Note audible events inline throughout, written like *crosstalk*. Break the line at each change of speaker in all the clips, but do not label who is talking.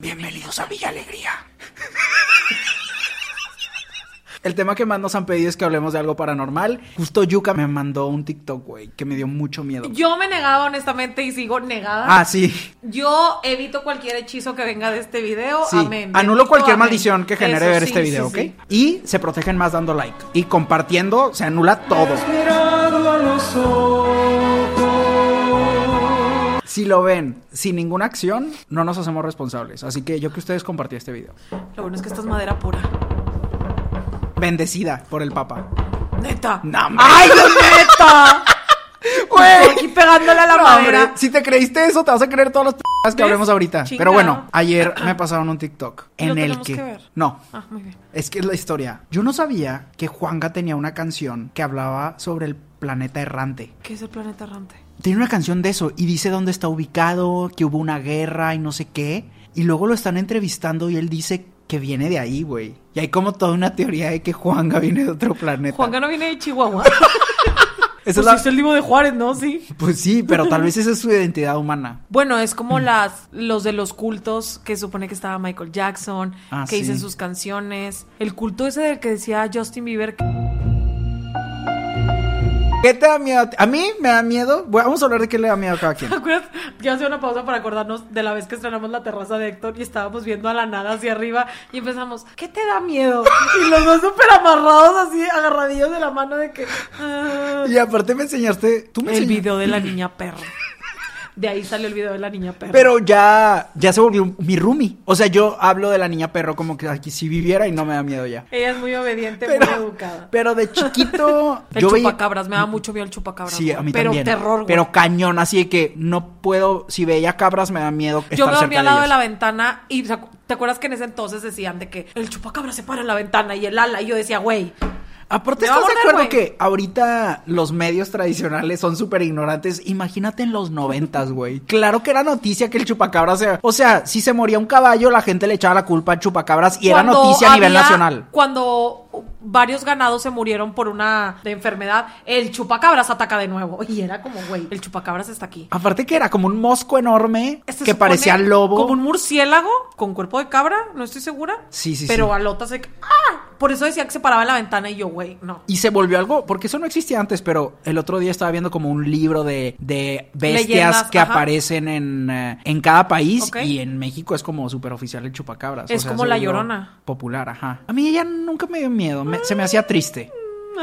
Bienvenidos a Villa Alegría. El tema que más nos han pedido es que hablemos de algo paranormal. Justo Yuka me mandó un TikTok, güey, que me dio mucho miedo.
Yo me negaba honestamente y sigo negada.
Ah, sí.
Yo evito cualquier hechizo que venga de este video.
Sí.
Amén.
Anulo
Bendito
cualquier
amén.
maldición que genere
Eso
ver
sí,
este
sí,
video,
sí.
¿ok? Y se protegen más dando like. Y compartiendo se anula todo. Si lo ven sin ninguna acción, no nos hacemos responsables. Así que yo que ustedes compartí este video.
Lo bueno es que esta es madera pura.
Bendecida por el Papa.
Neta.
No, hombre.
¡Ay, yo neta!
*laughs* Güey.
Yo Aquí pegándole a la
No, hombre,
madera.
si te creíste eso, te vas a creer todas las p***as que
¿Ves?
hablemos ahorita.
Chingado.
Pero bueno, ayer me pasaron un TikTok
¿Y lo
en el
tenemos
que...
que ver?
No.
Ah, muy bien.
Es que es la historia. Yo no sabía que Juanga tenía una canción que hablaba sobre el planeta errante.
¿Qué es el planeta errante?
Tiene una canción de eso y dice dónde está ubicado, que hubo una guerra y no sé qué. Y luego lo están entrevistando y él dice que viene de ahí, güey. Y hay como toda una teoría de que Juanga viene de otro planeta.
Juan no viene de Chihuahua.
*laughs* Esa
Pues
es la-
sí, es el libro de Juárez, ¿no? Sí.
Pues sí, pero tal vez esa es su identidad humana.
Bueno, es como *clears throat* las los de los cultos que supone que estaba Michael Jackson,
Ah,
que
sí.
dicen sus canciones. El culto ese del que decía Justin Bieber. que-
¿Qué te da miedo? A mí me da miedo. Bueno, vamos a hablar de qué le da miedo a cada quien.
¿Te acuerdas? Quiero hacer una pausa para acordarnos de la vez que estrenamos la terraza de Héctor y estábamos viendo a la nada hacia arriba y empezamos, ¿qué te da miedo? Y los dos súper amarrados así, agarradillos de la mano de que... ah.
Y aparte me enseñaste. Tú me
el
enseñaste-
video de la niña perra. De ahí salió el video de la niña perra.
Pero ya, ya se volvió mi roomie. O sea, yo hablo de la niña perro como que aquí si viviera y no me da miedo ya.
Ella es muy obediente, muy educada.
pero de chiquito.
El
yo veía-
chupacabras, me da mucho miedo el chupacabras.
Sí, a mí
pero
también.
terror, güey.
Pero cañón, así de que no puedo. Si veía cabras, me da miedo.
Yo
estar
me dormí
cerca
al lado de,
ellas.
la ventana y ¿te acu- ¿te acuerdas que en ese entonces decían de que el chupacabra se para en la ventana y el ala? Y yo decía, güey,
Aparte,
Me va a
¿estás de
morder,
acuerdo
güey.
que ahorita los medios tradicionales son súper ignorantes? Imagínate en los noventas, güey. Claro que era noticia que el chupacabra se... O sea, si se moría un caballo, la gente le echaba la culpa a chupacabras y era
cuando
noticia a nivel
había-
nacional.
Cuando varios ganados se murieron por una de enfermedad, el chupacabras ataca de nuevo. *laughs* Y era como, güey, el chupacabras está aquí.
Aparte que era como un mosco enorme
Este Se
que
supone
parecía lobo.
Como un murciélago con cuerpo de cabra, no estoy segura.
Sí, sí,
Pero
sí.
alota se. ¡Ah! Por eso decía que se paraba en la ventana y yo, güey, no.
Y se volvió algo, porque eso no existía antes, pero el otro día estaba viendo como un libro de, de bestias
Leyendas,
que
ajá.
aparecen en, eh, en cada país
Ok.
y en México es como súper oficial el chupacabras.
Es como
se
La
volvió
Llorona. Mm,
Popular, ajá. A mí ella nunca me dio miedo, me- se me hacía triste.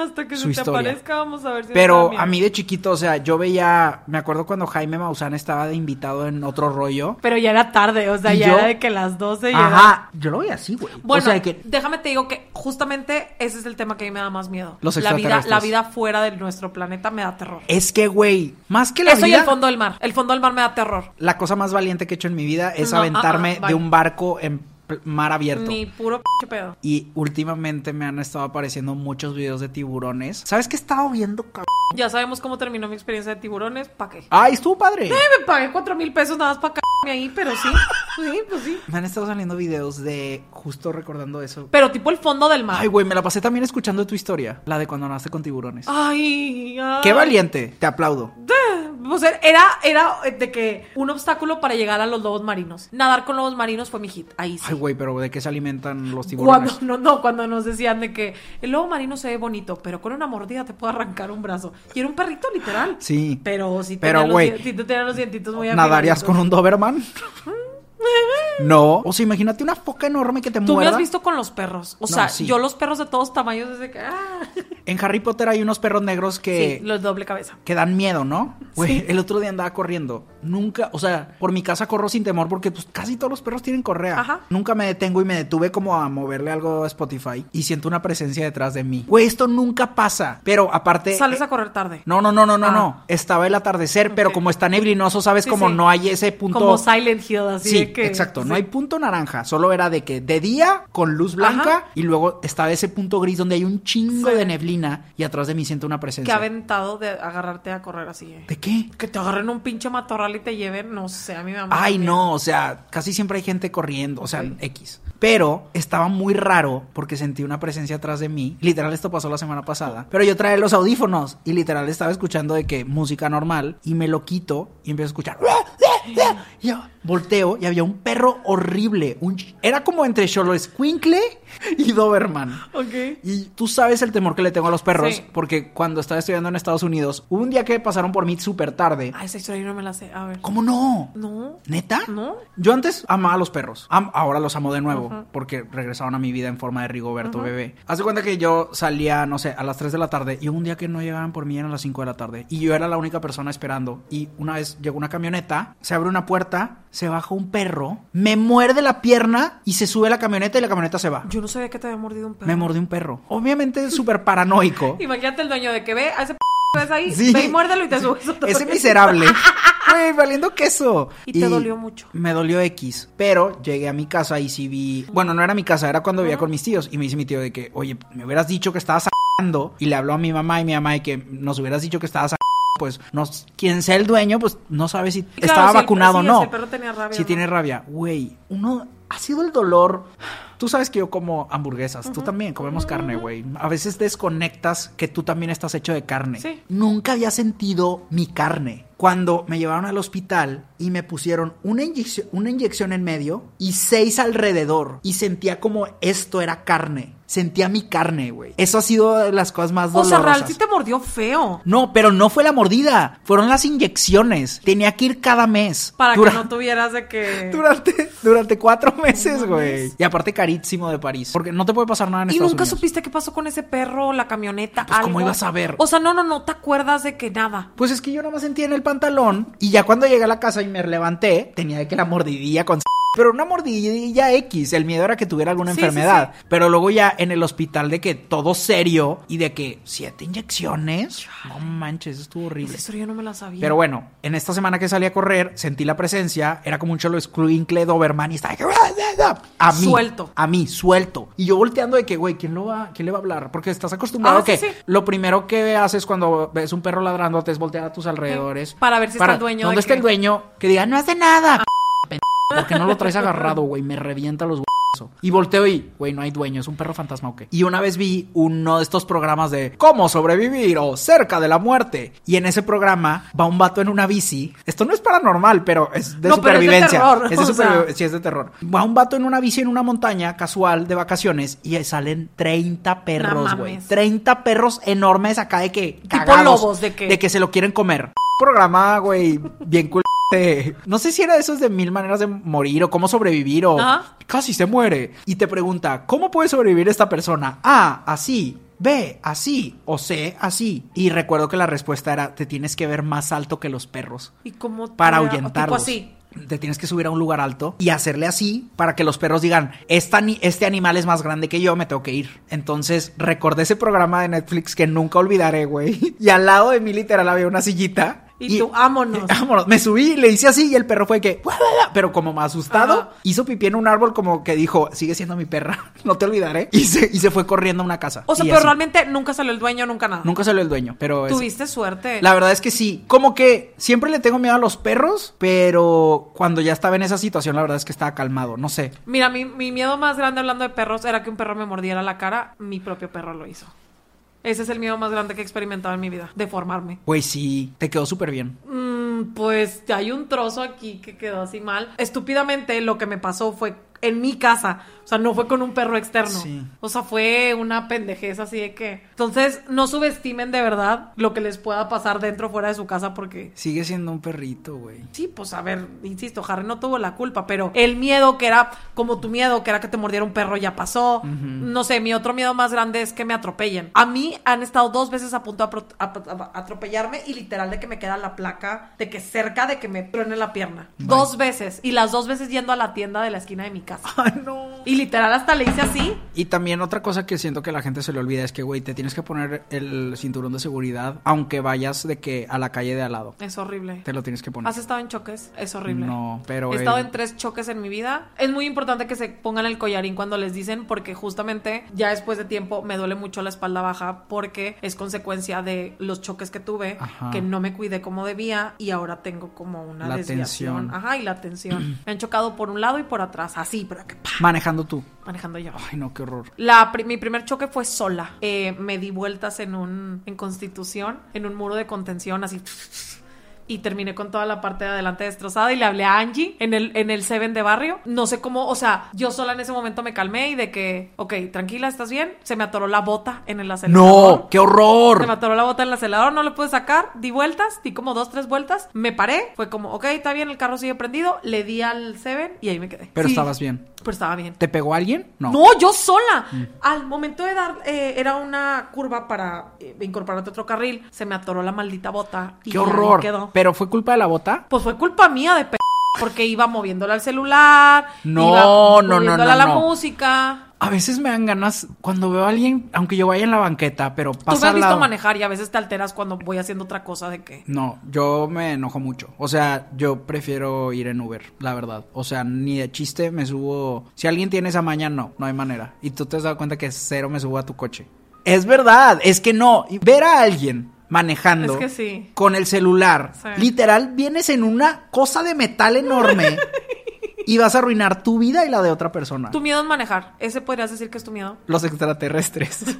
Hasta que
Su
se te
historia.
aparezca, vamos a ver si. nos
Pero
da
a mí
miedo.
de chiquito, o sea, yo veía, me acuerdo cuando Jaime Maussan estaba de invitado en otro rollo.
Pero ya era tarde, o sea,
¿Y
ya
yo?
era de que las 12 ya era-
Ajá, yo lo veía así, güey.
Bueno,
o sea, de que
déjame te digo que justamente ese es el tema que a mí me da más miedo.
Los
la vida,
extraterrestres.
la vida fuera de nuestro planeta me da terror.
es que, güey, más que la
Eso y
vida,
el fondo del mar. El fondo del mar me da terror.
la cosa más valiente que he hecho en mi vida es
No,
aventarme
ah, ah, bye.
de un barco en pl- mar abierto.
Ni puro p pedo.
Y últimamente me han estado apareciendo muchos videos de tiburones. ¿Sabes qué he estado viendo, cabrón?
Ya sabemos cómo terminó mi experiencia de tiburones. ¿Para qué?
¡Ay, estuvo padre!
Me pagué cuatro mil pesos nada más para cagarme ahí,
*laughs*
pero sí. Sí, pues sí.
Me han estado saliendo videos de justo recordando eso.
Pero tipo el fondo del mar.
Ay, güey, me la pasé también escuchando tu historia, la de cuando naciste con tiburones.
Ah. Ay, ay.
¡Qué valiente! Te aplaudo.
Pues era, era eh, de que un obstáculo para llegar a los lobos marinos. Nadar con lobos marinos fue mi hit. Ahí sí.
Ay, güey, pero ¿de qué se alimentan los tiburones?
Cuando, *laughs* no, no, cuando nos decían de que el lobo marino se ve bonito, pero con una mordida te puede arrancar un brazo. Y era un perrito, literal.
Sí.
Pero si
Pero,
tenía, los,
güey,
dien- sí te tenía los dientitos muy
¿Nadarías con un Doberman?
afiladitos.
No. O sea, imagínate una foca enorme que te
Tú me
muerda.
has visto con los perros. O sea,
sí.
yo los perros de todos tamaños desde que. ah. *laughs*
En Harry Potter hay unos perros negros que...
Sí, los doble cabeza.
que dan miedo, ¿no? Güey,
Sí.
el otro día andaba corriendo. Nunca, o sea, por mi casa corro sin temor porque pues casi todos los perros tienen correa.
Ajá.
Nunca me detengo y me detuve como a moverle algo a Spotify y siento una presencia detrás de mí. Güey, esto nunca pasa. Pero aparte
Sales
eh,
a correr tarde.
no, no, no, no, no,
Ah.
no. Estaba el atardecer, pero
Ok.
como está neblinoso, sabes
Sí,
como
sí.
no hay ese punto
Como Silent Hill, así
Sí,
de que.
exacto. No hay
sí.
punto naranja. Solo era de que de día con luz blanca
Ajá.
y luego estaba ese punto gris donde hay un chingo
Sí.
de neblina y atrás de mí siento una
Que
presencia.
aventado de agarrarte a correr así. eh.
¿De qué?
Que te agarren un pinche matorral y te lleven, no sé, a mi mamá.
Ay, no, o sea, casi siempre hay gente corriendo, o sea,
Ok.
X. Pero estaba muy raro porque sentí una presencia atrás de mí. Literal, esto pasó la semana pasada. Pero yo traía los audífonos y literal estaba escuchando de que música normal y me lo quito y empiezo a escuchar. Y yo volteo y había un perro horrible. un ch- era como entre Cholo Squinkle y Doberman.
Ok.
Y tú sabes el temor que le tengo a los perros,
Sí.
porque cuando estaba estudiando en Estados Unidos, hubo un día que pasaron por mí súper tarde.
Ah, esa historia yo no me la sé. A ver.
¿Cómo no?
No.
¿Neta?
No.
Yo antes amaba a los perros. Am- ahora los amo de nuevo
Ajá.
porque regresaron a mi vida en forma de Rigoberto bebé. Haz de cuenta que yo salía, no sé, a las 3 de la tarde y hubo un día que no llegaban por mí eran las 5 de la tarde y yo era la única persona esperando y una vez llegó una camioneta, se abre una puerta, se baja un perro, me muerde la pierna y se sube a la camioneta y la camioneta se va.
Yo no sabía que te había mordido un perro.
Me mordió un perro. Obviamente es súper
*laughs*
paranoico.
Imagínate el dueño de que ve a ese p que ves ahí,
Sí.
ve y muérdelo y te
*laughs*
subes otra
Ese
vez.
miserable. *laughs* Güey, valiendo queso.
Y te dolió mucho.
Me dolió X. Pero llegué a mi casa y sí vi. Bueno, no era mi casa, era cuando vivía con mis tíos. Y me dice mi tío de que, oye, me hubieras dicho que estabas sacando. Y le habló a mi mamá y mi mamá de que nos hubieras dicho que estabas sacando. Pues no, quien sea el dueño, pues no sabe si
claro,
estaba
si el-
vacunado o
sí,
no.
si el perro tenía rabia,
Si
¿no?
tiene rabia. Güey, uno ha sido el dolor. Tú sabes que yo como hamburguesas, tú también comemos carne, güey. A veces desconectas que tú también estás hecho de carne.
Sí.
Nunca había sentido mi carne. Cuando me llevaron al hospital y me pusieron una inyección, una inyección en medio y seis alrededor y sentía como esto era carne. Sentía mi carne, güey. Eso ha sido de las cosas más
O sea,
dolorosas.
real sí te mordió feo.
No, pero no fue la mordida, fueron las inyecciones. Tenía que ir cada mes.
Para
Dura-
que no tuvieras de que.
durante, durante cuatro meses, güey.
mames.
Y aparte carísimo de París. Porque no te puede pasar nada en
Y
Estados
nunca
Unidos.
supiste qué pasó con ese perro, la camioneta,
Pues, ¿cómo
algo?
ibas a ver?
O sea, no, no, no te acuerdas de que nada.
Pues es que yo nada más sentía en el pantalón. Y ya cuando llegué a la casa y me levanté, tenía de que la mordidilla con... Pero una mordidilla X, el miedo era que tuviera alguna
Sí, sí,
enfermedad. Pero luego ya en el hospital de que todo serio y de que siete inyecciones. No manches, eso estuvo horrible.
Esa historia yo no me la sabía.
Pero bueno, en esta semana que salí a correr, sentí la presencia, era como un cholo escuincle Doberman y estaba que- a mí,
Suelto.
a mí, suelto. Y yo volteando de que, güey, ¿quién lo va, quién le va a hablar? Porque estás acostumbrado
Ah,
a que
sí, sí.
lo primero que haces cuando ves un perro ladrando te es voltear a tus alrededores
Para ver si está el dueño
¿Dónde
de
está
que- Ah,
el dueño? Que diga, "No hace nada." *laughs* pendejo, Porque no lo
*laughs*
traes agarrado, güey, me revienta los huesos. Y volteo y, güey, no hay dueño, es un perro fantasma o qué. Y una vez vi uno de estos programas de cómo sobrevivir o cerca de la muerte. Y en ese programa va un vato en una bici. Esto no es paranormal, pero es de
No, pero es de
supervivencia.
terror,
es de
*laughs* o sea.
supervi- sí, es de terror. Va un vato en una bici en una montaña casual de vacaciones y ahí salen 30 perros,
mames.
güey. 30 perros enormes acá de que
Tipo
cagados,
lobos, de que-
de que se lo quieren comer. Programa, güey, bien cool. No sé si era de esos de mil maneras de morir o cómo sobrevivir o
Ajá.
casi se muere. Y te pregunta, ¿cómo puede sobrevivir esta persona? A, así. B, así. O C, así. Y recuerdo que la respuesta era, te tienes que ver más alto que los perros
¿Y cómo te-
para
o Ah, tipo
ahuyentarlos.
así.
Te tienes que subir a un lugar alto y hacerle así para que los perros digan, "Esta ni- este animal es más grande que yo, me tengo que ir. Entonces recordé ese programa de Netflix que nunca olvidaré, güey. *laughs* Y al lado de mí literal había una sillita.
Y tú, "Vámonos".
*laughs* vámonos. Me subí, le hice así y el perro fue que, "Guau, guau, guau", pero como más asustado,
Ajá.
hizo pipí en un árbol como que dijo, sigue siendo mi perra, *laughs* no te olvidaré. Y se, y se fue corriendo a una casa.
O sea,
Y
pero
así.
realmente nunca salió el dueño, nunca nada.
Nunca salió el dueño, pero... es-
Tuviste suerte.
la verdad es que sí. Como que siempre le tengo miedo a los perros, pero cuando ya estaba en esa situación, la verdad es que estaba calmado. No sé.
Mira, mi, mi miedo más grande hablando de perros era que un perro me mordiera la cara. Mi propio perro lo hizo. Ese es el miedo más grande que he experimentado en mi vida, deformarme.
Güey, sí, te quedó súper bien.
Mm, pues hay un trozo aquí que quedó así mal. Estúpidamente lo que me pasó fue en mi casa. O sea, no fue con un perro externo.
Sí.
O sea, fue una pendejez así de que. Entonces, no subestimen de verdad lo que les pueda pasar dentro o fuera de su casa porque
Sigue siendo un perrito, güey.
Sí, pues a ver, insisto, Harry no tuvo la culpa, pero el miedo que era, como tu miedo, que era que te mordiera un perro, ya pasó. No sé, mi otro miedo más grande es que me atropellen. A mí han estado dos veces a punto de apro- a- a- a- atropellarme y literal de que me queda la placa, de que cerca de que me truene la pierna. Dos veces, y las dos veces yendo a la tienda de la esquina de mi casa.
Ay, no.
Y literal hasta le hice así.
Y también otra cosa que siento que la gente se le olvida es que, güey, te tienes que poner el cinturón de seguridad aunque vayas de que a la calle de al lado.
Es horrible.
Te lo tienes que poner.
¿Has estado en choques? Es horrible.
No, pero
He estado
el-
en tres choques en mi vida. Es muy importante que se pongan el collarín cuando les dicen, porque justamente ya después de tiempo me duele mucho la espalda baja, porque es consecuencia de los choques que tuve,
Ajá.
que no me cuidé como debía y ahora tengo como una
La
desviación.
tensión.
Ajá, y la tensión.
*clears throat*
me han chocado por un lado y por atrás, así, pero que pa,
Manejando tú.
manejando yo.
Ay, no, qué horror.
La pri- mi primer choque fue sola. Eh, me di vueltas en un en Constitución, en un muro de contención, así. Y terminé con toda la parte de adelante destrozada y le hablé a Angie en el, en el Seven de barrio. No sé cómo, o sea, yo sola en ese momento me calmé y de que, ok, tranquila, ¿estás bien? Se me atoró la bota en el acelerador.
¡No! ¡Qué
Se me
horror!
atoró la bota en el acelerador, no le pude sacar. Di vueltas, di como dos, tres vueltas. Me paré, fue como, ok, está bien, el carro sigue prendido. Le di al Seven y ahí me quedé.
Pero
Sí,
estabas bien.
Pero estaba bien.
¿Te pegó alguien? No.
No, yo sola.
Mm.
Al momento de dar, eh, era una curva para eh, incorporarte a otro carril, se me atoró la maldita bota. Y
¡Qué
ahí
horror!
quedó.
¿Pero fue culpa de la bota?
Pues fue culpa mía de p porque iba moviéndola al celular,
No,
iba
no, no,
moviéndola
no,
a la
no.
música.
A veces me dan ganas cuando veo a alguien, aunque yo vaya en la banqueta, pero pasa
Tú me has
al
visto
lado.
manejar y a veces te alteras cuando voy haciendo otra cosa de que.
No, yo me enojo mucho. O sea, yo prefiero ir en Uber, la verdad. O sea, ni de chiste me subo. Si alguien tiene esa maña, no, no hay manera. Y tú te has dado cuenta que cero me subo a tu coche. Es verdad, es que no. Y Ver a alguien manejando
Es que sí.
con el celular,
Sí.
literal, vienes en una cosa de metal enorme
*laughs*
y vas a arruinar tu vida y la de otra persona.
Tu miedo es manejar. Ese podrías decir que es tu miedo.
Los extraterrestres.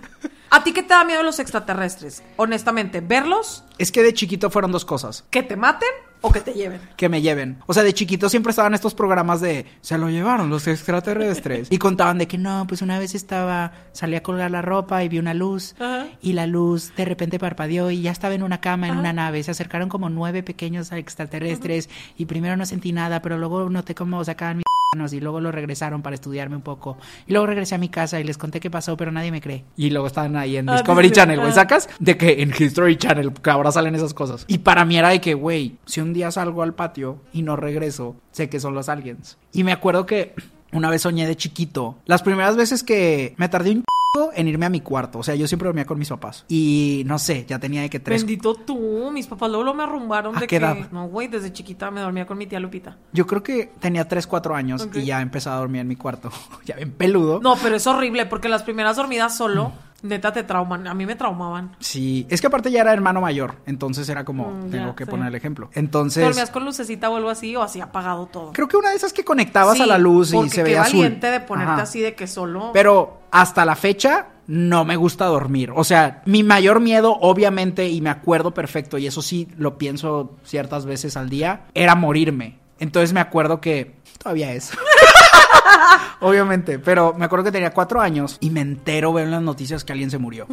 ¿A ti qué te da miedo los extraterrestres? Honestamente, verlos,
es que de chiquito fueron dos cosas.
que te maten o que te lleven.
que me lleven. O sea, de chiquito siempre estaban estos programas de se lo llevaron los extraterrestres. y contaban de que no, pues una vez estaba, salí a colgar la ropa y vi una luz.
Ajá.
Y la luz de repente parpadeó y ya estaba en una cama, en una nave. Se acercaron como nueve pequeños extraterrestres. Y primero no sentí nada, pero luego noté cómo sacaban mis manos y luego lo regresaron para estudiarme un poco. Y luego regresé a mi casa y les conté qué pasó, pero nadie me cree. Y luego estaban ahí en
Ah,
Discovery
sí, sí.
Channel, güey.
Ah.
¿Sacas? De que en History Channel, que ahora salen esas cosas. Y para mí era de que, güey, si un día salgo al patio y no regreso, sé que son los aliens. Y me acuerdo que una vez soñé de chiquito. Las primeras veces que me tardé un chingo en irme a mi cuarto. O sea, yo siempre dormía con mis papás. Y no sé, ya tenía de que tres.
Bendito tú, mis papás luego, luego me arrumbaron
¿A
de
qué edad?
que no, güey, desde chiquita me dormía con mi tía Lupita.
Yo creo que tenía tres, cuatro años
Ok.
y ya empezaba a dormir en mi cuarto. *laughs* ya bien peludo.
No, pero es horrible porque las primeras dormidas solo,
Mm.
neta te trauman, a mí me traumaban.
Sí, es que aparte ya era hermano mayor, entonces era como,
Mm,
tengo
ya,
que
sí.
poner el ejemplo.
¿Te dormías
Entonces,
con lucecita o algo así o así apagado todo?
creo que una de esas que conectabas
Sí,
a la luz y
porque
se veía
qué
azul.
valiente de ponerte
Ajá.
así de que solo.
Pero hasta la fecha no me gusta dormir. O sea, mi mayor miedo, obviamente, y me acuerdo perfecto, y eso sí lo pienso ciertas veces al día, era morirme. Entonces me acuerdo que todavía es. *laughs* obviamente, pero me acuerdo que tenía cuatro años y me entero ver en las noticias que alguien se murió.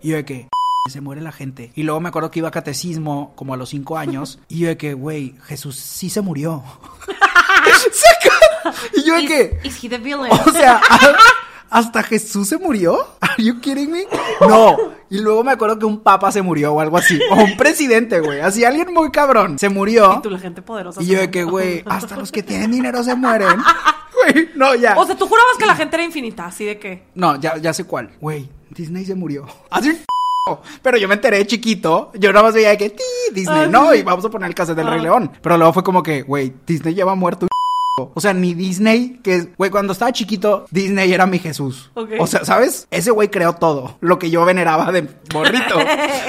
Y yo de que se muere la gente. Y luego me acuerdo que iba a catecismo como a los cinco años y yo de que, güey, Jesús sí se murió. *laughs* Saca. y yo de
Is-
que...
Is he the villain?
*laughs* O sea, a- hasta Jesús se murió. Are you kidding me? No. Y luego me acuerdo que un papa se murió o algo así. O un presidente, güey. Así alguien muy cabrón. Se murió.
y tú, la gente poderosa.
Y yo de
según.
que, güey, hasta los que tienen dinero se mueren. *laughs* Güey, no, ya.
*laughs* O sea, tú jurabas
*laughs*
que la gente era infinita, así de que.
No, ya, ya sé cuál. Güey, Disney se murió. Hace un pero yo me enteré de chiquito. Yo nada más veía de que "Ti, Disney,
Ah,
no,
sí.
y vamos a poner el cassette del Rey
Ah.
León. Pero luego fue como que, güey, Disney lleva muerto un O sea, ni Disney, que es, güey, cuando estaba chiquito, Disney era mi Jesús.
Ok.
O sea, ¿sabes? Ese güey creó todo, lo que yo veneraba de
*laughs*
morrito.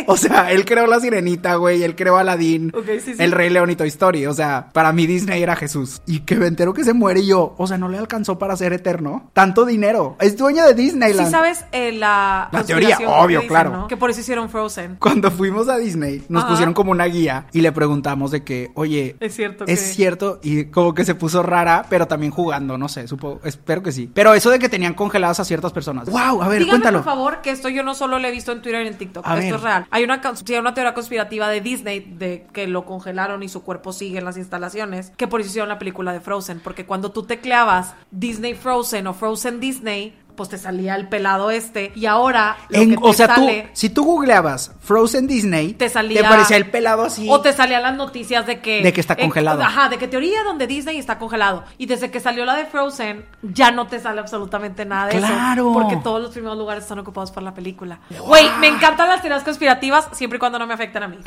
o sea, él creó la sirenita, güey, él creó Aladdin,
Ok, sí, sí.
el Rey León y Toy Story. O sea, para mí Disney era Jesús. Y que me entero que se muere y yo. O sea, no le alcanzó para ser eterno. Tanto dinero. Es dueño de Disneyland.
Sí sabes eh, la.
La teoría,
conspiración que
obvio, claro.
¿no? Que por eso hicieron Frozen.
Cuando fuimos a Disney, nos
Ajá.
pusieron como una guía y le preguntamos de que, oye,
Es cierto
es
que-
cierto y como que se puso rara, pero también jugando, no sé, supo, espero que sí. Pero eso de que tenían congeladas a ciertas personas. ¡Wow! A ver,
Díganme,
cuéntalo.
por favor, que esto yo no solo lo he visto en Twitter y en TikTok.
A
esto
ver.
es real. Hay una, cons- sí, hay una teoría conspirativa de Disney de que lo congelaron y su cuerpo sigue en las instalaciones, que por eso hicieron la película de Frozen. Porque cuando tú tecleabas Disney Frozen o Frozen Disney, pues te salía el pelado este. Y ahora, lo
En-
que
o
te
sea,
sale-
tú, si tú googleabas Frozen Disney,
te salía
parecía el pelado así.
o te salían las noticias de que
De que está
eh,
congelado.
ajá de que teoría donde Disney está congelado y desde que salió la de Frozen ya no te sale absolutamente nada de
¡Claro!
eso porque todos los primeros lugares están ocupados por la película güey me encantan las teorías conspirativas siempre y cuando no me afectan a
*laughs*
mí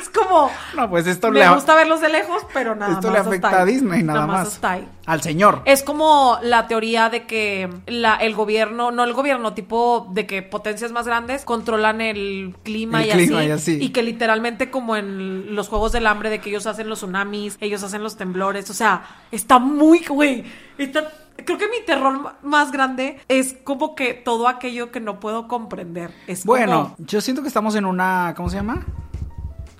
es como
No, pues esto
me
le,
gusta verlos de lejos pero nada
esto
más
le afecta
hasta
a
ahí.
Disney nada, más.
hasta ahí.
Al señor.
Es como la teoría de que la, el gobierno, no el gobierno, tipo de que potencias más grandes controlan el clima,
El
y,
clima
así,
y así.
que literalmente como en los Juegos del Hambre de que ellos hacen los tsunamis, ellos hacen los temblores, o sea, está muy, güey, está... Creo que mi terror ma- más grande es como que todo aquello que no puedo comprender. Es como-
Bueno, yo siento que estamos en una, ¿cómo se llama?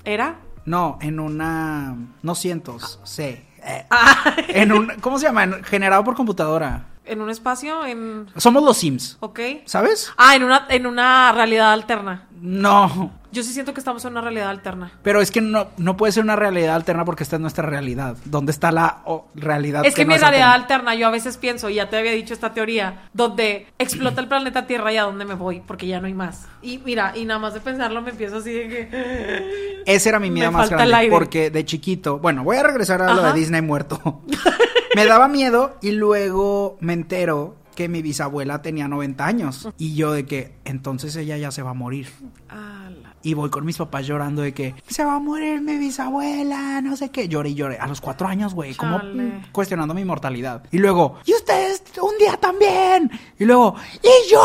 ¿Era? *laughs*
No, en una, no cientos, sé. Eh,
Ah,
En un, ¿cómo se llama? En- generado por computadora.
en un espacio, en...
Somos los Sims,
¿Ok?
¿sabes?
Ah, en una, en una realidad alterna.
No,
Yo sí siento que estamos en una realidad alterna.
pero es que no, no puede ser una realidad alterna porque esta es nuestra realidad. ¿Dónde está la oh, realidad?
Es que,
no
mi realidad
alterna?
alterna, yo a veces pienso, y ya te había dicho esta teoría, donde explota el planeta Tierra y a dónde me voy, porque ya no hay más. Y mira, y nada más de pensarlo me empiezo así de que... *laughs*
Ese era mi miedo
Me
más
falta el
grande
aire.
porque de chiquito, bueno, voy a regresar a lo de
Ajá.
Disney
*laughs*
muerto. me daba miedo y luego me entero que mi bisabuela tenía 90 años y yo de que entonces ella ya se va a morir.
Ah, la-
Y voy con mis papás llorando de que se va a morir mi bisabuela, no sé qué. Lloré y lloré. A los cuatro años, güey. Como
Chale.
mm, cuestionando mi mortalidad. Y luego, y ustedes un día también. Y luego, y yo.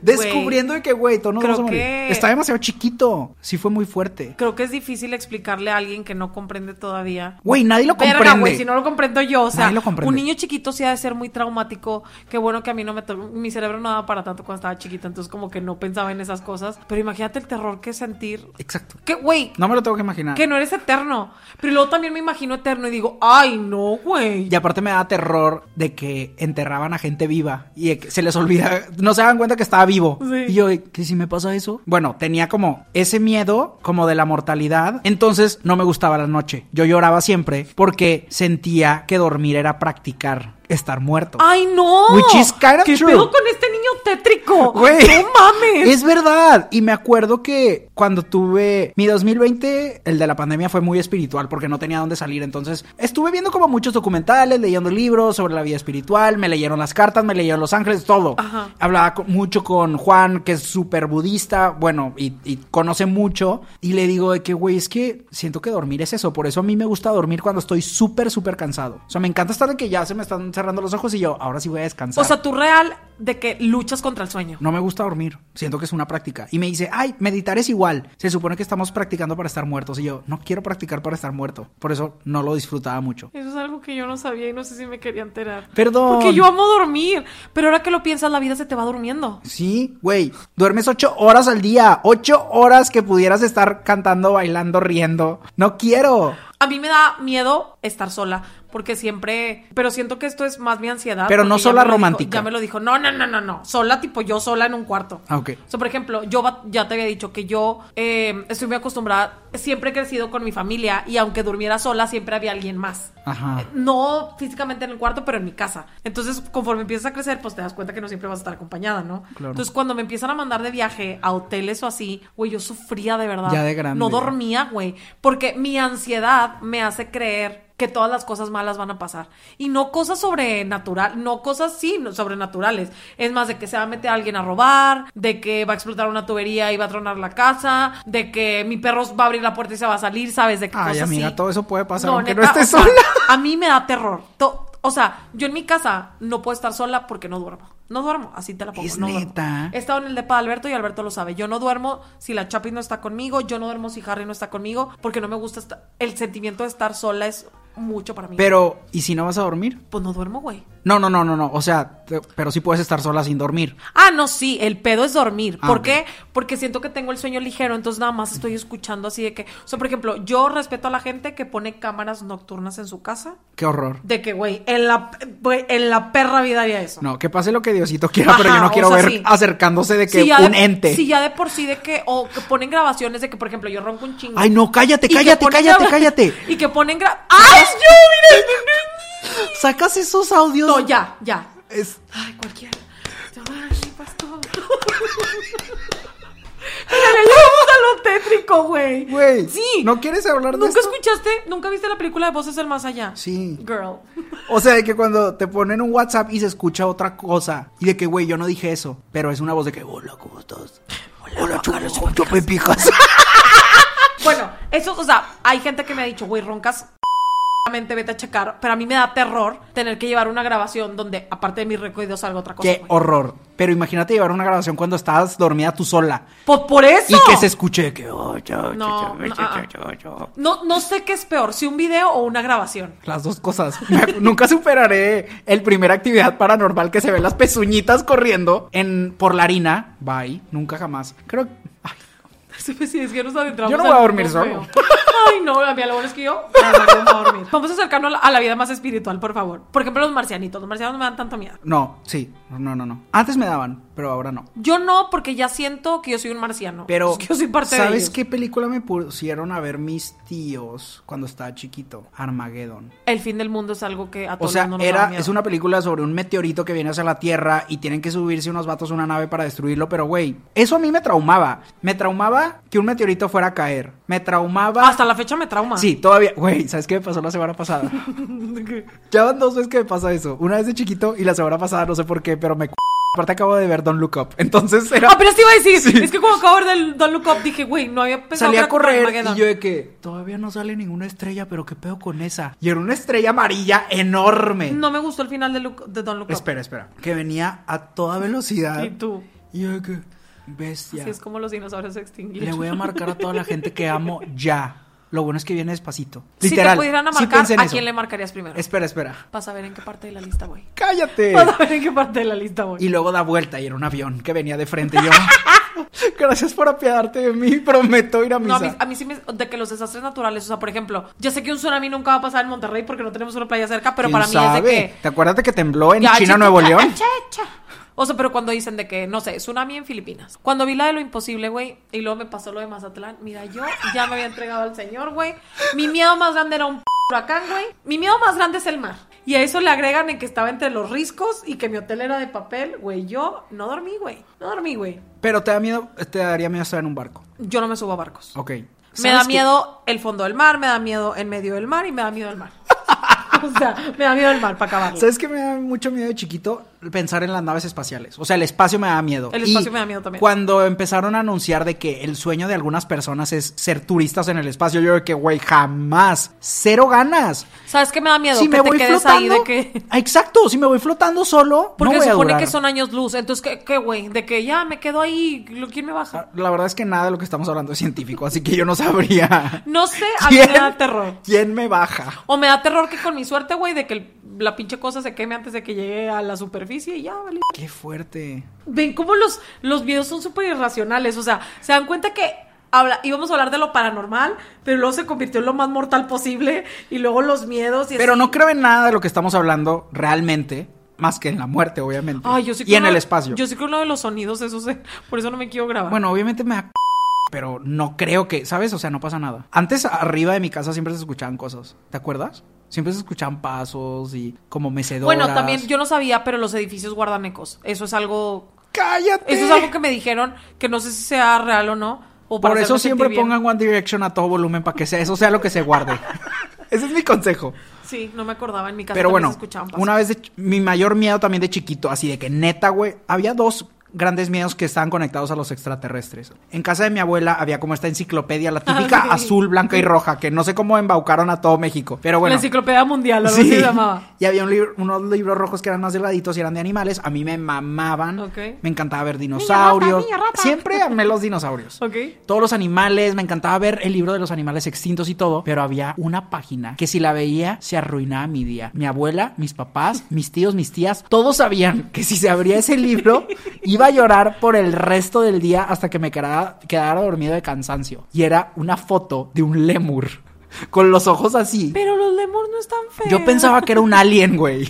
Descubriendo de que, güey, todos nos
creo
vamos a morir.
que-
Está demasiado chiquito. Sí fue muy fuerte.
Creo que es difícil explicarle a alguien que no comprende todavía.
Güey, nadie lo
Verga,
comprende.
güey, si no lo comprendo yo, o sea,
Nadie lo comprende.
un niño chiquito sí ha de ser muy traumático. Qué bueno que a mí no me... to- Mi cerebro no daba para tanto cuando estaba chiquita, entonces como que no pensaba en esas cosas. Pero imagínate el terror que sentir...
Exacto.
Que, güey,
No me lo tengo que imaginar.
Que no eres eterno. Pero luego también me imagino eterno y digo, ay, no, güey.
Y aparte me da terror de que enterraban a gente viva y de que se les olvida, no se dan cuenta que estaba vivo.
Sí.
Y yo, de que si me pasa eso. Bueno, tenía como ese miedo, como de la mortalidad. Entonces no me gustaba la noche. Yo lloraba siempre porque sentía que dormir era practicar estar muerto.
Ay, no.
Which is kinda
¿Qué
true.
pedo con este niño tétrico?
Güey.
No mames.
Es verdad. Y me acuerdo que cuando tuve mi 2020, el de la pandemia fue muy espiritual porque no tenía dónde salir. Entonces estuve viendo como muchos documentales, leyendo libros sobre la vida espiritual, me leyeron las cartas, me leyeron Los Ángeles, todo.
Ajá.
Hablaba co- mucho con Juan, que es súper budista, bueno, y, y conoce mucho. Y le digo de que, güey, es que siento que dormir es eso. Por eso a mí me gusta dormir cuando estoy súper, súper cansado. O sea, me encanta estar de que ya se me están cerrando los ojos y yo, ahora sí voy a descansar.
O sea, tú real de que luchas contra el sueño.
No me gusta dormir. Siento que es una práctica. Y me dice, ay, meditar es igual. Se supone que estamos practicando para estar muertos. Y yo, no quiero practicar para estar muerto. Por eso no lo disfrutaba mucho.
Eso es algo que yo no sabía y no sé si me quería enterar.
Perdón.
Porque yo amo dormir. Pero ahora que lo piensas, la vida se te va durmiendo.
Sí, güey. Duermes ocho horas al día. Ocho horas que pudieras estar cantando, bailando, riendo. No quiero.
A mí me da miedo estar sola, porque siempre, pero siento que esto es más mi ansiedad.
Pero no
porque ya
sola
me lo dijo-
romántica.
ya me lo dijo, no, no, no, no, no, sola tipo yo sola en un cuarto.
Ah, ok.
O sea, por ejemplo, yo va- ya te había dicho que yo eh, estoy muy acostumbrada, siempre he crecido con mi familia y aunque durmiera sola siempre había alguien más.
Ajá.
No físicamente en el cuarto, pero en mi casa. Entonces, conforme empiezas a crecer, pues te das cuenta que no siempre vas a estar acompañada, ¿no?
Claro.
Entonces, cuando me empiezan a mandar de viaje a hoteles o así, güey, yo sufría de verdad.
Ya de grande.
No dormía, güey. Porque mi ansiedad me hace creer que todas las cosas malas van a pasar. Y no cosas sobrenatural, no cosas, sí, no- sobrenaturales. Es más, de que se va a meter alguien a robar, de que va a explotar una tubería y va a tronar la casa, de que mi perro va a abrir la puerta y se va a salir, ¿sabes? De que
Ay,
cosas
amiga,
así.
todo eso puede pasar aunque no
neta,
estés
o sea,
sola.
a mí me da terror. To- o sea, yo en mi casa no puedo estar sola porque no duermo. No duermo, así te la pongo.
Es
no duermo.
neta.
He estado en el depa de Alberto y Alberto lo sabe. Yo no duermo si la Chapi no está conmigo, yo no duermo si Harry no está conmigo, porque no me gusta. esta- El sentimiento de estar sola es mucho para mí.
Pero, ¿y si no vas a dormir?
Pues no duermo, güey.
No, no, no, no, no. O sea, te- pero sí puedes estar sola sin dormir.
Ah, no, sí, el pedo es dormir.
Ah,
¿Por
ok.
qué? Porque siento que tengo el sueño ligero, entonces nada más estoy escuchando así de que. O sea, por ejemplo, yo respeto a la gente que pone cámaras nocturnas en su casa.
Qué horror.
De que, güey, en la, güey, en la perra vida haría eso.
No, que pase lo que Diosito quiera, pero
Ajá,
yo no
o
quiero
sea,
ver
sí.
acercándose de que
Si ya
un
de-
ente.
Si ya de por sí de que. O que ponen grabaciones de que, por ejemplo, yo ronco un chingo.
Ay, no, cállate,
Y que
cállate,
ponen
cállate,
graba-
cállate.
Y que ponen. gra- ¡Ay, yo, mira!
Sacas esos audios.
No, ya, ya.
Es-
Ay, cualquiera. Ay, pastor. Vamos a lo tétrico, güey.
Güey.
Sí.
¿No quieres hablar de
¿Nunca
esto?
escuchaste? ¿Nunca viste la película de Voces del Más Allá?
Sí.
Girl.
O sea, de que cuando te ponen un WhatsApp y se escucha otra cosa. Y de que, güey, yo no dije eso. Pero es una voz de que, hola, ¿cómo estás? Hola, chulo, yo me
*laughs*
pijas.
Bueno, eso, o sea, hay gente que me ha dicho, güey, roncas. *laughs* Mente, vete a checar, pero a mí me da terror tener que llevar una grabación donde, aparte de mis recuerdos, salga otra cosa.
Qué
güey.
horror. Pero imagínate llevar una grabación cuando estás dormida tú sola.
Pues por eso.
Y que se escuche de que, "Oh, yo, yo, yo,
No, no,
yo,
ah,
yo, yo, yo".
No, no sé qué es peor, si un video o una grabación.
*laughs* Las dos cosas. Me- Nunca superaré el primer actividad paranormal que se ven las pezuñitas corriendo en por la harina. Bye. Nunca jamás. Creo ay,
Sí, pues, sí, es que nos adentramos
Yo no
al
voy a
mundo
dormir solo.
feo. *laughs* Ay, no, a mí a lo bueno es que yo a lo mejor no voy a dormir. Vamos a acercarnos a la, a la vida más espiritual, por favor. Por ejemplo, los marcianitos. Los marcianos no me dan tanto miedo.
No, sí. No, no, no. Antes me daban, pero ahora no.
Yo no, porque ya siento que yo soy un marciano.
Pero
Es que yo soy parte de
¿Sabes
ellos.
qué película me pusieron a ver mis tíos cuando estaba chiquito? Armageddon.
El fin del mundo es algo que a
O
todos
sea,
nos da
era,
miedo.
es una película sobre un meteorito que viene hacia la Tierra y tienen que subirse unos vatos a una nave para destruirlo, pero güey, eso a mí me traumaba. Me traumaba que un meteorito fuera a caer. Me traumaba...
Hasta la fecha me trauma.
Sí, todavía. Güey, ¿sabes qué me pasó la semana
*laughs*
pasada? ya van dos veces que me pasa eso. Una vez de chiquito y la semana pasada no sé por qué, pero me... c- Aparte acabo de ver Don't Look Up. Entonces era...
Ah, pero te iba a decir.
Sí.
Es que como acabo de ver del Don't Look Up, dije, güey, no había pensado
Salí a
que era
correr
Armageddon.
y yo de que todavía no sale ninguna estrella, pero qué pedo con esa. Y era una estrella amarilla enorme.
No me gustó el final de, Look- de Don't Look Up.
Espera, espera. Que venía a toda velocidad.
Y tú.
Y yo de que
Así
bestia.
es como los dinosaurios se extinguieron.
Le voy a marcar a toda la gente que amo ya. Lo bueno es que viene despacito.
Si
Literal.
te pudieran
sí
marcar,
pensé en
¿a
eso.
quién le marcarías primero?
Espera, espera.
Vas a ver en qué parte de la lista voy.
¡Cállate!
Vas a ver en qué parte de la lista voy.
Eh. Y luego da vuelta y era un avión que venía de frente. Y yo, *laughs* gracias por apiadarte de mí, prometo ir a
No,
misa.
a mí, a mí sí me... De que los desastres naturales, o sea, por ejemplo, ya sé que un tsunami nunca va a pasar en Monterrey porque no tenemos una playa cerca, pero
¿Quién
para mí es
sabe?
de que...
¿Te acuerdas de que tembló en
Ya,
China,
chichi-
Nuevo
cha,
León?
cha, cha. O sea, pero cuando dicen de que, no sé, tsunami en Filipinas. Cuando vi la de lo imposible, güey, y luego me pasó lo de Mazatlán, mira, yo ya me había entregado al señor, güey. Mi miedo más grande era un p- huracán, güey. Mi miedo más grande es el mar. Y a eso le agregan en que estaba entre los riscos y que mi hotel era de papel, güey. Yo no dormí, güey. No dormí, güey.
Pero te da miedo, te daría miedo estar en un barco.
Yo no me subo a barcos.
Ok.
Me
¿Sabes
da
qué?
miedo el fondo del mar, me da miedo el medio del mar y me da miedo el mar. *laughs* o sea, me da miedo el mar para acabar.
¿Sabes qué me da mucho miedo de chiquito? Pensar en las naves espaciales. O sea, el espacio me da miedo.
El espacio me da miedo también.
Cuando empezaron a anunciar de que el sueño de algunas personas es ser turistas en el espacio, yo de que, güey, jamás. Cero ganas.
¿Sabes qué me da miedo?
si
que
me
te
voy
quedes
flotando.
ahí de que.
Ah, *laughs* Exacto, si me voy flotando solo.
Porque
no voy
se
a
supone
durar.
que son años luz. Entonces, ¿qué, qué, güey? De que ya me quedo ahí. lo- ¿Quién me baja?
Ah, La verdad es que nada de lo que estamos hablando es científico, así que yo no *laughs* sabría.
No sé, a mí me da terror.
¿Quién me baja?
O me da terror que con mi suerte, güey, de que el- la pinche cosa se queme antes de que llegue a la superficie y ya, vale.
Qué fuerte.
Ven cómo los, los videos son súper irracionales. O sea, se dan cuenta que habla, íbamos a hablar de lo paranormal, pero luego se convirtió en lo más mortal posible. Y luego los miedos y
Pero
así.
no creo en nada de lo que estamos hablando realmente, más que en la muerte, obviamente.
Ay, yo sí
y en
creo-
el espacio.
Yo sí creo en lo de los sonidos, eso sé. Por eso no me quiero grabar.
Bueno, obviamente me da *laughs* c- pero no creo que, ¿sabes? O sea, no pasa nada. Antes arriba de mi casa siempre se escuchaban cosas, ¿te acuerdas? Siempre se escuchaban pasos y como mecedoras.
Bueno, también yo no sabía, pero los edificios guardan ecos. Eso es algo.
¡Cállate!
Eso es algo que me dijeron que no sé si sea real o no. O para
Por eso
hacerme sentir
siempre
bien.
pongan One Direction a todo volumen para que sea, eso sea lo que se
*laughs*
guarde. Ese es mi consejo.
Sí, no me acordaba en mi casa.
Pero
también
bueno,
se escuchaban pasos.
una vez de ch- mi mayor miedo también de chiquito, así de que neta, güey, había dos grandes miedos que estaban conectados a los extraterrestres. En casa de mi abuela había como esta enciclopedia, la
*laughs*
típica
Ay.
azul, blanca y roja, que no sé cómo embaucaron a todo México. Pero bueno.
La enciclopedia mundial, algo así
Sí,
se llamaba.
*laughs* y había un libro- unos libros rojos que eran más delgaditos y eran de animales. A mí me mamaban.
Ok.
Me encantaba ver dinosaurios.
niña rata.
Siempre amé los
*laughs*
dinosaurios.
¿Ok?
Todos los animales, me encantaba ver el libro de los animales extintos y todo, pero había una página que si la veía se arruinaba mi día. Mi abuela, mis
*laughs*
papás, mis tíos, mis tías, todos sabían que si se abría ese
*laughs*
libro iba a llorar por el resto del día hasta que me quedara, quedara dormido de cansancio. Y era una foto de un lemur con los ojos así.
Pero los lemurs no están feos. Ah,
Yo pensaba que era un alien,
*laughs*
güey.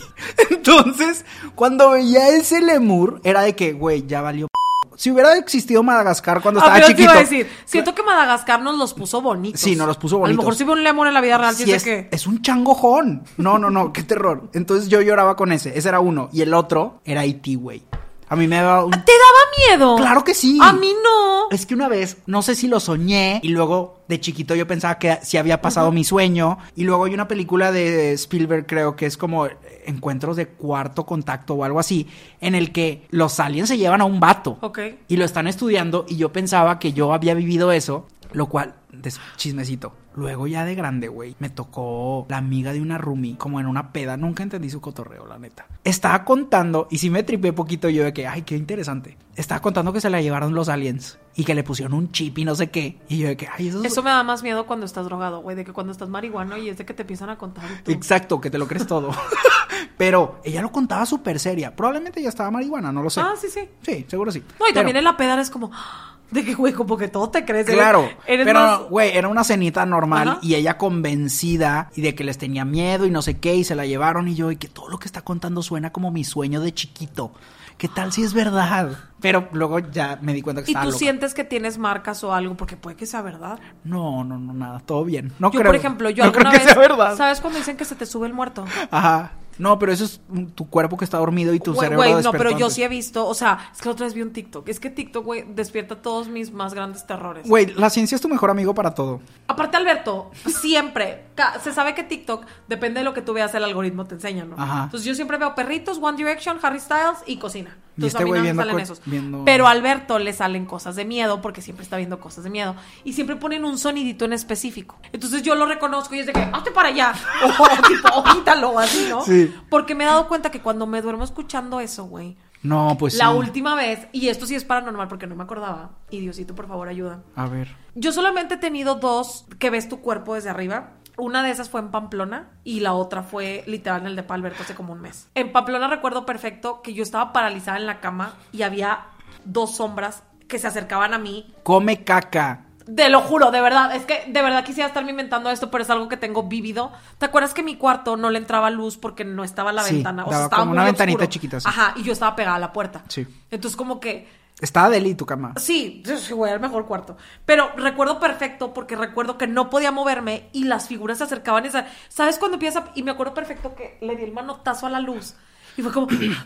Entonces, cuando veía ese lemur, era de que, güey, ya valió. p-. Si hubiera existido Madagascar cuando estaba
Apenas Ah, te
chiquito.
iba a decir, siento que Madagascar nos los puso bonitos.
Sí, nos los puso
A lo
bonitos.
mejor si ve un lemur en la vida real,
Sí,
dice
es,
que...
es un changojón. No, no, no, qué terror. Entonces yo lloraba con ese. Ese era uno. Y el otro era IT, güey. A mí me daba un.
¿Te daba miedo?
Claro que sí.
A mí no.
Es que una vez, no sé si lo soñé, y luego de chiquito yo pensaba que si había pasado mi sueño. Y luego hay una película de Spielberg, creo que es como Encuentros de Cuarto Contacto o algo así, en el que los aliens se llevan a un vato.
Ok.
Y lo están estudiando, y yo pensaba que yo había vivido eso, lo cual, des- chismecito. Luego ya de grande, güey, me tocó la amiga de una roomie, como en una peda. Nunca entendí su cotorreo, la neta. Estaba contando, y sí me tripé poquito yo de que, ay, qué interesante. Estaba contando que se la llevaron los aliens y que le pusieron un chip y no sé qué. Y yo de que, ay, eso es...
Eso me da más miedo cuando estás drogado, güey, de que cuando estás marihuano y es de que te empiezan a contar. y tú,
Exacto, que te lo crees todo. *laughs* Pero ella lo contaba súper seria. Probablemente ya estaba marihuana, no lo sé.
Ah, sí, sí.
Sí, seguro sí.
No, y
Pero-
también en la peda eres como, ¡ah! de que, güey, como que todo te crece.
Claro,
Eres
pero
más-
güey, era una cenita normal
Ajá.
y ella convencida y de que les tenía miedo y no sé qué y se la llevaron y yo y que todo lo que está contando suena como mi sueño de chiquito. ¿Qué tal si es verdad? Pero luego ya me di cuenta que
Y tú
estaba loca.
sientes que tienes marcas o algo, porque puede que sea verdad.
No, no, no, nada, todo bien. No
yo,
creo.
por ejemplo, yo
no creo
alguna
que
vez.
sea verdad.
¿Sabes cuando dicen que se te sube el muerto?
Ajá. No, pero eso es mm, tu cuerpo que está dormido y tu
Güey,
cerebro
güey, no,
despertó
pero yo
antes.
sí he visto, o sea, es que la otra vez vi un TikTok. Es que TikTok, güey, despierta todos mis más grandes terrores.
Güey, la ciencia es tu mejor amigo para todo.
Aparte, Alberto, siempre, ca- se sabe que TikTok, depende de lo que tú veas, el algoritmo te enseña, ¿no?
Ajá.
Entonces yo siempre veo perritos, One Direction, Harry Styles y cocina.
Y
Entonces
este
a mí
güey
no me
viendo
salen
co-
esos.
viendo-
Pero a Alberto le salen cosas de miedo porque siempre está viendo cosas de miedo. Y siempre ponen un sonidito en específico. Entonces yo lo reconozco y es de que, hazte para allá. *laughs* O tipo, o quítalo, así, ¿no?
Sí.
Porque me he dado cuenta que cuando me duermo escuchando eso, güey.
No, pues
la
sí.
última vez, y esto sí es paranormal porque no me acordaba. Y Diosito, por favor, ayuda.
A ver.
Yo solamente he tenido dos que ves tu cuerpo desde arriba. Una de esas fue en Pamplona y la otra fue literal en el de Palberto hace como un mes. En Pamplona recuerdo perfecto que yo estaba paralizada en la cama y había dos sombras que se acercaban a mí.
Come caca.
Te lo juro, de verdad, es que de verdad quisiera estarme inventando esto, pero es algo que tengo vívido. ¿Te acuerdas que en mi cuarto no le entraba luz porque no estaba la
Sí,
ventana? O sea,
daba
estaba
como
muy
una ventanita
oscuro.
chiquita, sí.
Ajá, y yo estaba pegada a la puerta.
Sí.
Entonces como que
Estaba Deli tu cama.
Sí, sí, güey, el mejor cuarto. Pero recuerdo perfecto porque recuerdo que no podía moverme y las figuras se acercaban. y se- ¿Sabes cuando empieza? Y me acuerdo perfecto que le di el manotazo a la luz y fue como. *gasps*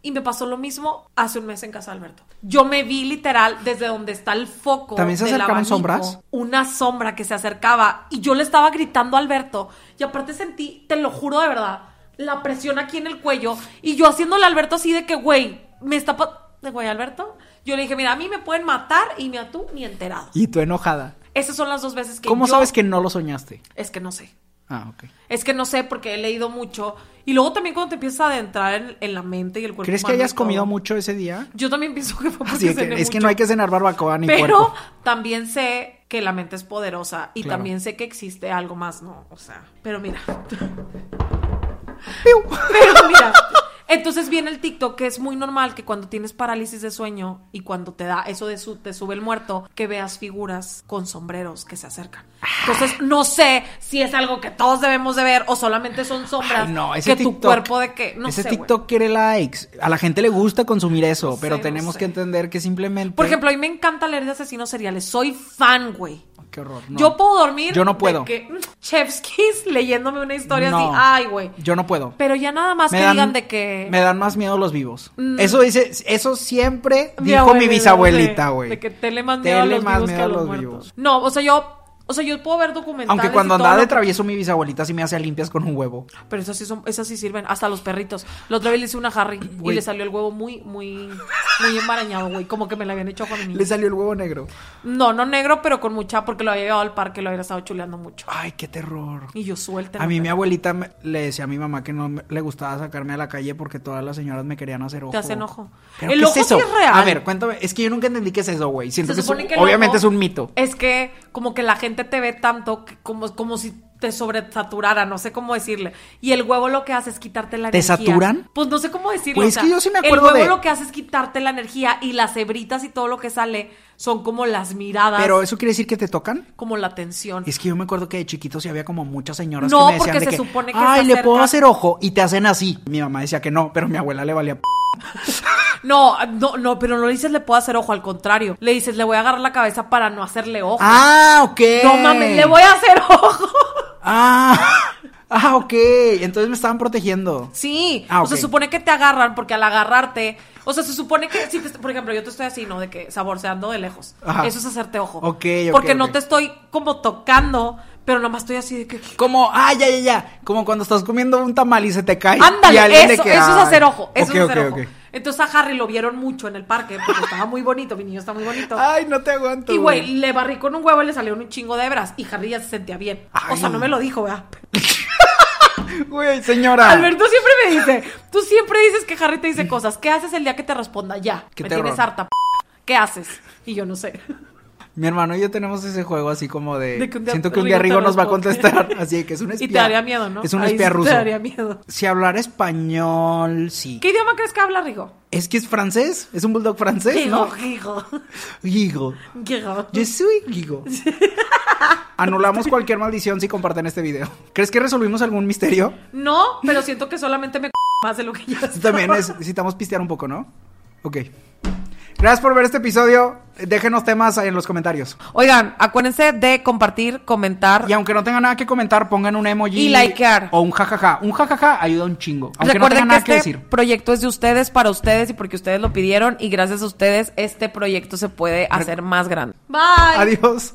Y me pasó lo mismo hace un mes en casa de Alberto. Yo me vi literal desde donde está el foco.
¿También se
del
acercaban
abanico,
sombras?
Una sombra que se acercaba y yo le estaba gritando a Alberto. Y aparte sentí, te lo juro de verdad, la presión aquí en el cuello. Y yo haciéndole a Alberto así de que, güey, me está. pa- De güey, Alberto. Yo le dije, mira, a mí me pueden matar y ni a tú ni enterado.
Y tú enojada.
Esas son las dos veces que.
¿Cómo
yo-
sabes que no lo soñaste?
Es que no sé.
Ah, ok.
Es que no sé porque he leído mucho. Y luego también cuando te empiezas a adentrar en, en la mente y el cuerpo.
¿Crees que
humano y
hayas comido
todo.
mucho ese día?
Yo también pienso que fue porque
*laughs* Así de que-
cené
es que
mucho.
no hay que cenar barbacoa ni
Pero
puerco.
también sé que la mente es poderosa y
Claro.
también sé que existe algo más, ¿no? O sea, pero mira.
¡Piu!
Pero mira. Entonces viene el TikTok, que es muy normal que cuando tienes parálisis de sueño y cuando te da eso de su, te sube el muerto, que veas figuras con sombreros que se acercan. Entonces no sé si es algo que todos debemos de ver o solamente son sombras
Ay, no, ese
que
TikTok.
tu cuerpo de que no
ese
sé. güey.
TikTok quiere likes. A la gente le gusta consumir eso,
No
pero
sé, no
tenemos
sé.
que entender que simplemente.
Por ejemplo, a mí me encanta leer de asesinos seriales. Soy fan, güey.
Qué horror. no.
Yo puedo dormir.
Yo no
de
puedo.
Que, mm, chef's kiss, *laughs* leyéndome una historia
No,
así. Ay, güey.
Yo no puedo.
Pero ya nada más que digan de que. Mm.
Me dan más miedo los vivos. Eso dice, eso siempre
Mi
dijo
abuela,
mi
de-
bisabuelita,
de-
güey.
De que tele más miedo
Tele
a los
más
vivos
miedo
que a
a
los,
los
muertos.
vivos.
No, o sea, yo. O sea, yo puedo ver documentales.
Aunque cuando
y todo
andaba
lo
de
que-
travieso mi bisabuelita sí me hacía limpias con un huevo.
Pero esas sí, son, esas sí sirven. Hasta los perritos. La otra vez le hice una Harry y
Güey.
le salió el huevo muy, muy. muy enmarañado, güey. Como que me la habían hecho con mi
Le salió el huevo negro.
No, no negro, pero con mucha, porque lo había llevado al parque, lo había estado chuleando mucho.
Ay, qué terror.
Y yo suelta.
A mí mi abuelita me- le decía a mi mamá que no me- le gustaba sacarme a la calle porque todas las señoras me querían hacer ojo.
hacen ojo.
¿Pero
El
qué
ojo
es
sí
eso?
es real.
A ver, cuéntame. Es que yo nunca entendí qué es eso, güey. Siento
Se
que, es
supone
un-
que el
obviamente
ojo
es un mito.
Es que como que la gente te ve tanto que como, como si te sobresaturara, no sé cómo decirle. Y el huevo lo que hace es quitarte la
¿Te
energía.
saturan?
Pues no sé cómo decirlo.
Güey,
o
es
sea,
que yo sí me acuerdo
El huevo
de-
lo que hace es quitarte la energía y las hebritas y todo lo que sale son como las miradas,
Pero eso quiere decir que te tocan.
como la tensión.
Es que yo me acuerdo que de chiquito sí había como muchas señoras
No,
que me decían
porque
de
se
que,
supone que
ay,
está
le puedo
cerca".
hacer ojo y te hacen así. Mi mamá decía que no, pero mi abuela le valía. p-
No, no, no, pero no le dices le puedo hacer ojo, al contrario. Le dices le voy a agarrar la cabeza para no hacerle ojo.
Ah, ok.
No mames, le voy a hacer ojo.
Ah, *laughs* ah, ok. Entonces me estaban protegiendo.
Sí,
Ah,
o sea,
ok.
se supone que te agarran porque al agarrarte, o sea, se supone que si te- por ejemplo, yo te estoy así, ¿no? De que saborseando de lejos.
Ajá.
Eso es hacerte ojo.
Ok, ok,
Porque
ok.
no te estoy como tocando, pero nomás estoy así de que
Como, ah, ya, ya, ya. Como cuando estás comiendo un tamal y se te cae. y
Ándale,
alguien de
eso,
que,
eso es
ay.
hacer ojo, eso
Ok,
es
ok,
hacer
ok.
ojo. Entonces a Harry lo vieron mucho en el parque porque estaba muy bonito, mi niño está muy bonito.
Ay, no te aguanto.
Y güey, le barrí con un huevo y le salieron un chingo de hebras y Harry ya se sentía bien. O sea,
Ay.
no me lo dijo, ¿verdad?
Güey, señora.
Alberto siempre me dice, tú siempre dices que Harry te dice cosas. ¿Qué haces el día que te responda? Ya.
Qué
me
terror.
tienes harta. p***. ¿Qué haces? Y yo no sé.
Mi hermano y yo tenemos ese juego así como de.
De que un día
siento que un día Rigo
Rigo te
nos va a
responde. *laughs*
contestar. Así que es un espía.
Y te daría miedo, ¿no?
Es un
Ahí
espía
sí
ruso.
Te daría miedo.
Si hablar español, sí.
¿Qué idioma crees que habla Rigo?
Es que es francés. Es un bulldog francés,
Rigo,
¿no?
Rigo. *laughs*
Gigo.
Rigo.
Yo soy
*laughs*
Gigo. Anulamos cualquier maldición si comparten este video. ¿Crees que resolvimos algún misterio?
No, pero siento que solamente me c- más de lo que ya estaba.
También necesitamos pistear un poco, ¿no? Ok. Gracias por ver este episodio. Déjenos temas en los comentarios.
Oigan, acuérdense de compartir, comentar.
Y aunque no tengan nada que comentar, pongan un emoji.
Y likear.
O un jajaja. Un jajaja ayuda un chingo. Aunque no
Recuerden
tengan
que
nada
este
que decir.
proyecto es de ustedes, para ustedes y porque ustedes lo pidieron y gracias a ustedes este proyecto se puede hacer más grande. Bye.
Adiós.